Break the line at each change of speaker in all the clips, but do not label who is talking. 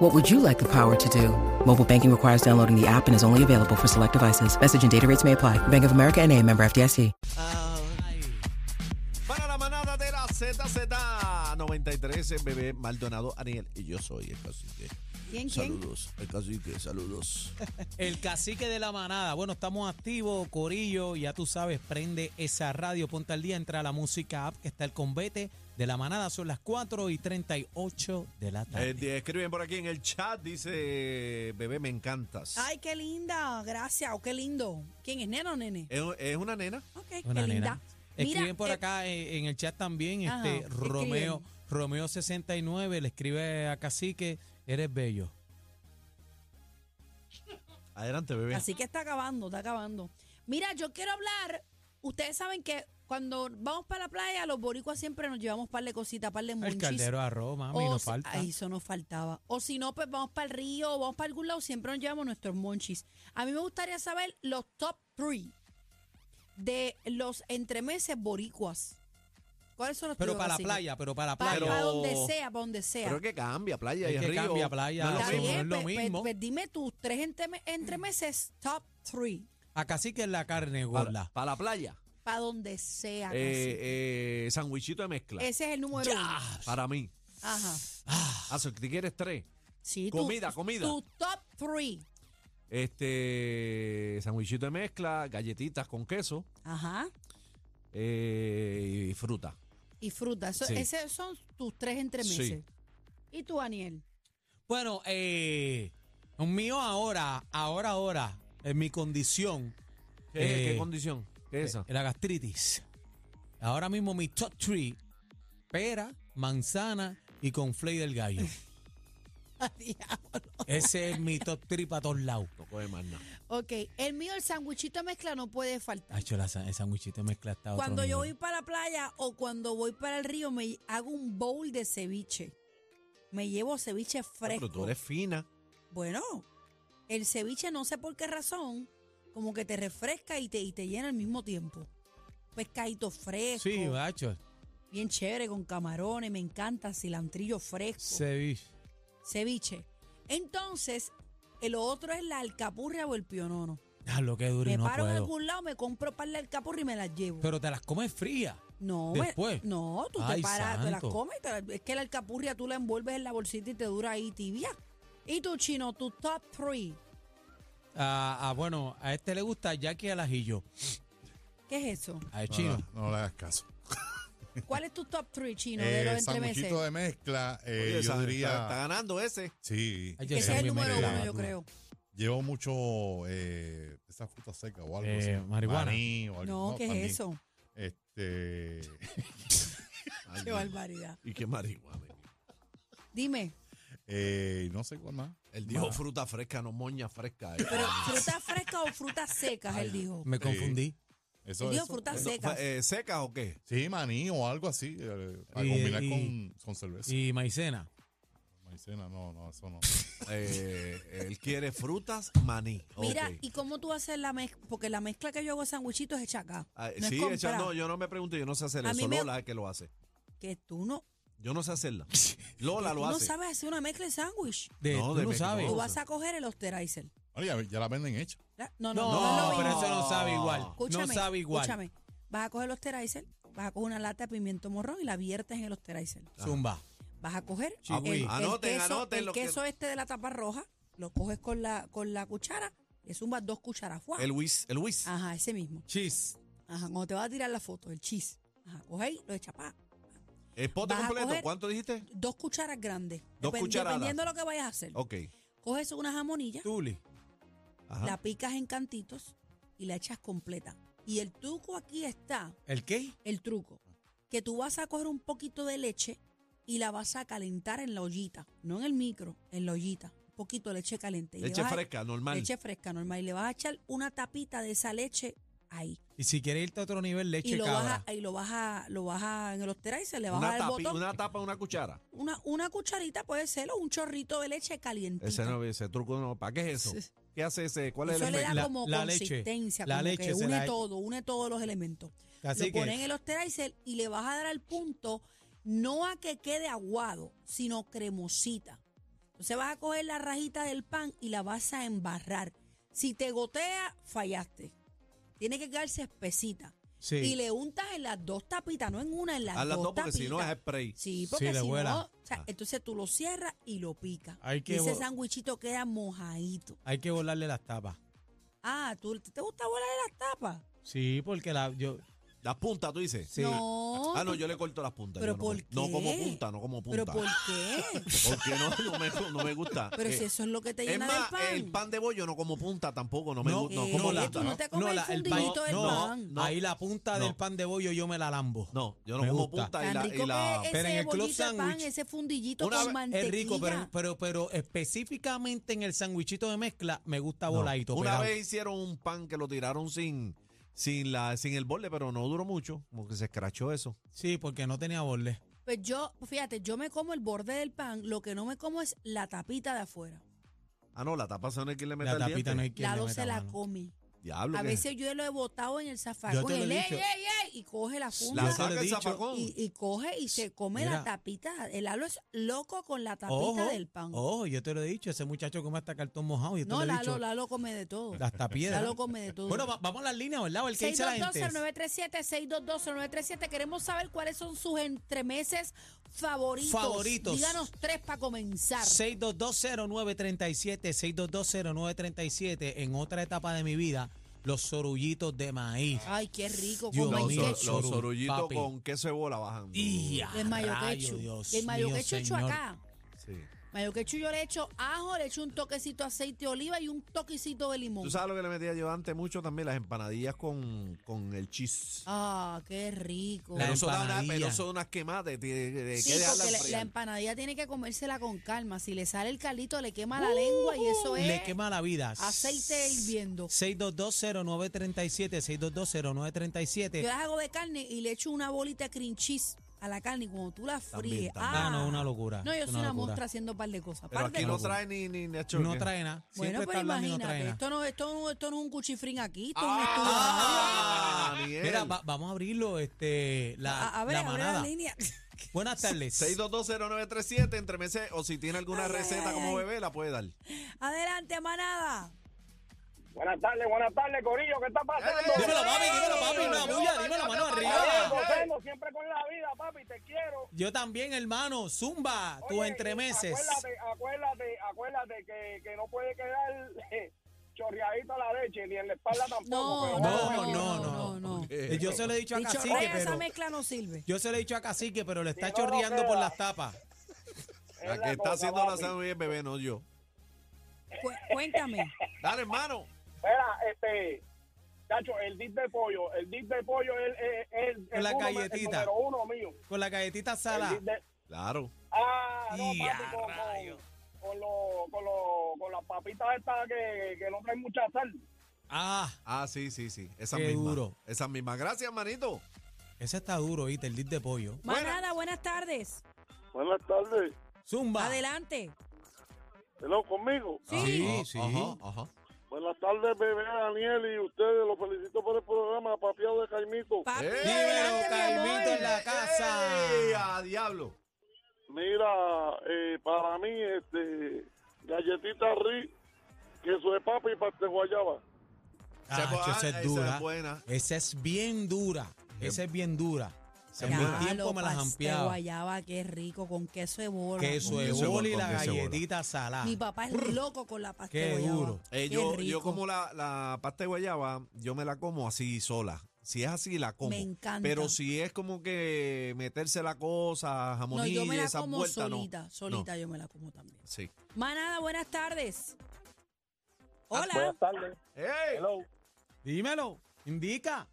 What would you like the power to do? Mobile banking requires downloading the app and is only available for select devices. Message and data rates may apply. Bank of America and a member FDIC.
Para la manada de la ZZ 93, el bebé Maldonado, Aniel y yo soy el cacique.
¿Quién, quién?
Saludos, el cacique, saludos.
El cacique de la manada. Bueno, estamos activos, Corillo. Ya tú sabes, prende esa radio, ponte al día, entra a la música app, que está el combate de la manada. Son las 4 y 38 de la tarde.
Eh, di- escriben por aquí en el chat, dice, bebé, me encantas.
Ay, qué linda, gracias, o qué lindo. ¿Quién es, nena o nene?
Es, es una nena.
Ok, qué
Una nena.
linda. Mira,
Escriben por
eh,
acá eh, en el chat también,
Ajá,
este
escriben.
Romeo, Romeo 69, le escribe a Cacique, eres bello.
Adelante, bebé.
Así que está acabando, está acabando. Mira, yo quiero hablar. Ustedes saben que cuando vamos para la playa, los boricuas siempre nos llevamos par de cositas, par de
El
munchis.
caldero a Roma, mí
O
no
si-
falta.
oh, Ay, eso nos faltaba. O si no, pues vamos para el río, o vamos para algún lado, siempre nos llevamos nuestros monchis. A mí me gustaría saber los top 3 de los entremeses boricuas. ¿Cuáles son los
Pero
tuyos,
para la
cacique?
playa, pero para la
Para,
playa.
para
Pero-
donde sea, para donde sea.
Pero que cambia, playa
Es
y
que
río.
cambia, playa,
No es lo
Está
eso
mismo.
bien,
no es lo
pues- pues-
mismo.
pues dime tus tres entreme- entremeses top 3,
A Cacique es la carne
Para,
gorda.
para la playa.
para donde sea.
Eh,
casi.
eh, sandwichito de mezcla.
Ese es el número uno.
Para mí.
Ajá.
Ah, si tú quieres tres.
Sí, tus-
Comida, comida.
Tus top 3.
Este, sandwichito de mezcla, galletitas con queso
Ajá.
eh, y fruta.
Y fruta. Eso-
Sí.
Esos son tus tres entremeses.
Sí.
¿Y tú, Daniel?
Bueno, eh, mío ahora, ahora, ahora, en mi condición,
¿Qué,
Eh,
qué condición? ¿Qué es esa?
eh, la gastritis. Ahora mismo mi top three, pera, manzana y con flay del gallo.
Ah,
Ese es mi top three para todos lados.
No coge más nada.
ok, el mío, el sandwichito de mezcla no puede faltar.
Hacho, la sa- el sandwichito mezcla está a otro
Cuando yo voy
nivel.
para la playa o cuando voy para el río, me hago un bowl de ceviche. Me llevo ceviche fresco.
Ah, Pero tú eres fina.
Bueno, el ceviche no sé por qué razón, como que te refresca y te, y te llena al mismo tiempo. Pescadito fresco,
Sí, macho.
bien chévere con camarones, me encanta, cilantrillo fresco,
Ceviche.
ceviche. Entonces, el otro es la alcapurria o el pionono.
Ah, lo que duro y
me
no
paro en
puedo.
algún lado, me compro para la alcapurria y me las llevo.
Pero te las comes frías.
no, me-
después.
no, tú
Ay,
te paras, te las
santo.
comes, y te la- es que la alcapurria tú la envuelves en la bolsita y te dura ahí tibia. Y tu chino, tu top 3,
Ah, ah, bueno, a este le gusta Jackie al ajillo.
¿qué es eso?
A el
No,
chino.
No, no le hagas caso.
¿Cuál es tu top 3 chino de los
Eh,
entremeses?
sanguchito de mezcla, eh,
Oye, esa-
yo
está, está
diría.
ganando ese.
Sí.
Ay,
Ese es el
también me
número
la
uno,
clava,
yo
tú.
creo.
Llevo mucho eh, esa fruta seca o algo
Eh,
así.
marihuana.
Maní o algo-
No, ¿qué
también.
es eso?
Este.
Ay,
Qué
Dios.
barbaridad.
y qué marihuana.
Dime,
eh, no sé cuál más.
Él dijo
Ma-
fruta fresca, no moña fresca. eh.
pero frutas frescas o frutas secas, él dijo.
Me confundí.
Eso,
Él dijo
eso.
fruta
No,
seca.
fa- eh, ¿Secas o qué?
Sí, maní o algo así. eh, para
Y-
combinar
y-
con, con cerveza.
Y maicena.
Maicena, no, no, eso no.
Eh, él quiere frutas maní.
Mira,
Ok.
¿y cómo tú haces la mezcla? Porque la mezcla que yo hago de sandwichitos es hecha acá.
Ah,
no
sí,
es
echa-
comprada.
no, yo no me pregunto, yo no sé hacer
A mí
eso.
me-
Lola es que lo hace.
Que tú no,
Yo no sé hacerla. Lola
tú
lo
no
hace.
sabes hacer una mezcla de sándwich.
De,
No,
tú
de
no
Mc-
sabes.
Tú
no.
vas a coger el Osterizer.
Bueno, ya, ya la venden hecha.
¿verdad? No, no,
No,
no, no, no,
pero
no.
eso no sabe igual.
Escúchame,
no sabe igual.
Escúchame, vas a coger el Osterizer, vas a coger una lata de pimiento morrón y la viertes en el Osterizer.
Zumba.
vas a coger
Ah,
el,
uy.
el
Anoten,
queso,
anoten
el
lo que-
queso este de la tapa roja, lo coges con la, con la cuchara, le zumbas dos cucharas. ¡fua!
El Luis, el Luis.
Ajá, ese mismo.
Cheese.
Ajá, cuando te vas a tirar la foto, el cheese. Ajá, coge ahí, lo echa pa.
el pote
vas a
completo,
coger-
¿cuánto dijiste?
Dos cucharas grandes.
Dos
depen-
cucharadas.
Dependiendo de lo que vayas a hacer.
Ok.
Coges una jamonilla,
Tuli.
Ajá.
la picas en cantitos y la echas completa. Y el truco aquí está,
¿El qué?
el truco, que tú vas a coger un poquito de leche y la vas a calentar en la ollita, no en el micro, en la ollita. Un poquito de leche caliente. y le
Leche
vas a-
fresca, normal.
Leche fresca normal. Y le vas a echar una tapita de esa leche ahí.
Y Y si quieres irte a otro nivel, leche
Y lo
cabra.
baja, y lo baja, lo baja en el ostera y se le
Una,
baja el
tapi-
botón.
una tapa, una cuchara.
Una, una cucharita puede ser o un chorrito de leche caliente.
Ese, no, ese truco no. ¿Para qué es eso?
Sí.
¿Qué hace ese? ¿Cuál es el
Eso le
efecto?
da
La-
como
la leche.
consistencia,
La
como
leche
que
se
une
la-
todo, une todos los elementos.
Así
lo ponen
que
en el osterizer y le vas a dar al punto no a que quede aguado, sino cremosita. Entonces vas a coger la rajita del pan y la vas a embarrar. Si te gotea, fallaste. Tiene que quedarse espesita.
sí.
Y le untas en las dos tapitas, no en una, en las,
A las dos, porque
tapitas.
si no es spray.
Sí,
Sí,
porque
le
si
vuela.
no, o sea,
Ah.
entonces tú lo cierras y lo picas.
Hay que
Y ese
bo-
sándwichito queda mojadito.
Hay que volarle las tapas.
Ah, ¿tú te gusta volar en las tapas?
Sí, porque la, yo,
Las puntas, tú dices.
Sí.
No.
Ah, no, yo le corto las puntas.
¿Pero
yo no,
por
como- no como
qué?
punta, no como punta.
¿Pero por qué?
Porque no, no, me, no me gusta.
Pero
Eh,
si eso es lo que te
es
llena
más,
del pan.
el pan de bollo no como punta tampoco, no me
No,
gusta. No,
Eh,
como
la-
punta,
tú no
¿no?
te comes el fundillito del pan.
no, ahí la punta
No.
del pan de bollo yo me la lambo.
No, yo no
Me
como
gusta.
punta y
Tan
la,
rico
y la-
que es
Pero en
ese
el club
bollito de pan,
sándwich,
ese fundillito
una
con
vez-
mantequilla.
Es rico, pero, pero, pero específicamente en el sandwichito de mezcla me gusta
No.
voladito.
Una
pegado.
vez hicieron un pan que lo tiraron sin, sin, la, sin el borde, pero no duró mucho, como que se escrachó eso.
Sí, porque no tenía borde.
Pues yo, fíjate, yo me como el borde del pan, lo que no me como es la tapita de afuera.
Ah, no, la tapa se no hay quien le meta
La
el
tapita
diente.
no hay quien le
Lalo
meta
se la
mano.
come.
Diablo,
A
que-
veces yo lo he botado en el
Yo
zafacón.
te lo he
el, "Ey,
dicho.
ey, ey", y coge la
la
Yo
funda
te lo
saca
he
el
dicho.
zapacón.
y, y coge y se come
Mira.
la tapita. El Lalo es loco con la tapita
Ojo,
del pan.
ojo, yo te lo he dicho, ese muchacho come hasta cartón mojado, yo te
no,
lo he
Lalo,
dicho.
Lalo come de todo.
Hasta piedra.
Lalo come de todo.
Bueno, va- vamos a las líneas, ¿verdad? A ver qué dice la gente.
622-0937, 622-0937. Queremos saber cuáles son sus entremeses favoritos.
Favoritos.
Díganos tres para comenzar.
6220937, 6220937, en otra etapa de mi vida, los sorullitos de maíz.
Ay, qué rico.
Dios
con
los,
mío.
maíz
sor-
quechu-
los
Papi.
sorullitos con queso de bola bajan.
Y a
El mayo
rayo,
quechu.
oh, Dios
El mayo
mío,
quechu hecho
señor.
acá.
Sí.
Mayo quechu yo le echo ajo, le echo un toquecito de aceite de oliva y un toquecito de limón.
¿Tú sabes lo que le metía yo antes mucho también? Las empanadillas con, con el cheese.
Ah, qué rico.
La
pero, son unas,
empanadilla.
pero son unas quemadas. De, de, de-
Sí,
que dejarlas
porque la, la
enfriar.
empanadilla tiene que comérsela con calma. Si le sale el caldito, le quema la lengua y eso es
Uh, Le quema la vida.
aceite hirviendo.
6220937, 6220937.
Yo las hago de carne y le echo una bolita de cream cheese a la carne y cuando tú la
También,
fríes.
también.
ah.
Ah, no, una locura.
No, yo soy una
locura.
monstrua haciendo un par de cosas.
Pero
par de
aquí no
cosas.
trae ni, ni, ni achoque.
No trae nada.
Bueno,
Siempre
pero
está hablando y no trae
imagínate,
nada.
esto, no, esto, no, esto no es un cuchifrín aquí, esto
Ah,
es un estudio de radio.
Ah, Daniel.
Mira, va- vamos a abrirlo, este, la,
a, a ver,
la
abre la
manada.
línea.
Buenas tardes.
6220937, entre meses, o si tiene alguna
Ay, ay,
receta
ay,
como
ay.
bebé, la puede dar.
Adelante, manada.
Buenas tardes, buenas tardes, Corillo, ¿qué está pasando?
Dímelo, papi, dímelo, papi, una bulla, dímelo, mano
Oye,
arriba.
gozando siempre con la vida, papi, te quiero.
Yo también, hermano. Zumba, tus
Oye,
entremeses.
Acuérdate, acuérdate, acuérdate que, que no puede quedar eh, chorreadita la leche, ni en la espalda tampoco.
No,
pero
No,
bueno,
no, no.
no, no.
Eh, Yo se lo he dicho a
Dicho,
Cacique,
"Rea, esa
pero...
mezcla no sirve.
Yo se lo he dicho a Cacique, pero le está
Si no, no
chorreando por
queda.
las tapas.
es
La que está
cosa,
haciendo la
papi.
sándwich es bebé, no yo.
Cu- cuéntame.
Dale, hermano.
Mira, este, Chacho, el dip de pollo, el dip de pollo es es- es- es
Con la
uno- el
galletita.
número uno mío.
Con la galletita
El
sala.
dip de-
Claro.
Ah, no,
Y a
papi, con,
rayos.
con, con, los- con, los- con las papitas estas que, que no traen mucha sal.
Ah,
Ah, sí, sí, sí. Esa
Qué
misma.
duro.
Esa misma. Gracias, manito.
ese está duro, ¿viste? El dip de pollo.
Manada, buenas tardes.
Buenas tardes.
Zumba.
Adelante.
Hello, conmigo.
Sí,
Ajá,
Ah, sí.
Ah, Ajá, ajá.
Buenas tardes, bebé Daniel y ustedes. Los felicito por el programa, papiado de Caimito.
Papi,
¡Eh!
adelante, mi amor.
Caimito en la casa.
¡Ey, a diablo!
Mira, eh, para mí, este, galletita Ri, queso de papa y pastel guayaba.
Tacho,
Se- ah,
esa es
Esa
dura.
es buena.
Esa es bien dura. Esa es bien dura.
Esa es
En buen
buena.
Ya,
tiempo
lo
me las
pastel
ampliaba.
guayaba, qué rico, con queso de bola.
Queso
Con
de
queso de
bola y
bola,
la
con queso de bola.
galletita salada.
Mi papá es loco con la pasta de
Ah. Qué
guayaba.
duro.
Eh,
Qué
yo,
rico.
yo como la, la pasta de guayaba, yo me la como así sola. Si es así, la como.
Me encanta.
Pero si es como que meterse la cosa,
No,
jamonilla,
yo me la
esa
como
vuelta, no.
solita, solita yo me la como también.
no. Sí.
Manada, buenas tardes. Hola.
Ah, pues.
Buenas tardes.
¡Ey!
Hello,
Dímelo. Indica.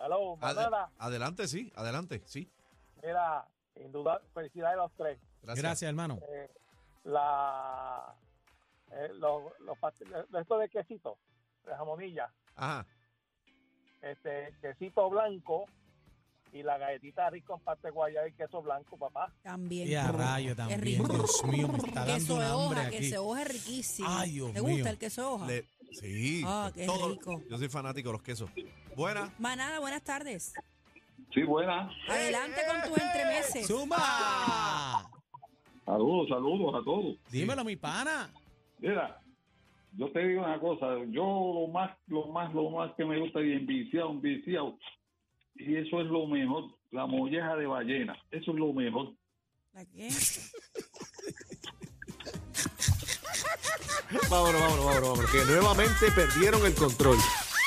hello,
Ade-
manada.
adelante, sí, adelante, sí.
Mira, sin duda, felicidades a los tres.
Gracias.
Gracias, hermano.
Eh, la, eh, los, los pasteles, esto de quesito, de jamonilla,
Ajá.
este quesito blanco y la galletita Ritz con parte guayaba y queso blanco, papá.
También.
Y a rayo también.
rico.
Dios mío, me está dando
queso de
una hambre
hoja,
aquí.
queso de hoja es riquísimo.
Ay, Dios
¿Te
mío.
gusta el queso de hoja?
Le- sí.
Ah, qué
todo-
rico.
Yo soy fanático de los quesos. Buena.
Manada, buenas tardes.
Sí, buena.
Adelante
Eh,
con tus
eh,
entremeses.
¡Zumba!
Saludos, saludos a todos.
Dímelo, mi pana.
Mira, yo te digo una cosa, yo lo más, lo más, lo más que me gusta es enviciado, enviciado. Y eso es lo mejor, la molleja de ballena, eso es lo mejor.
¿La qué?
Vámonos, vámonos, vámonos, vámonos, que nuevamente perdieron el control.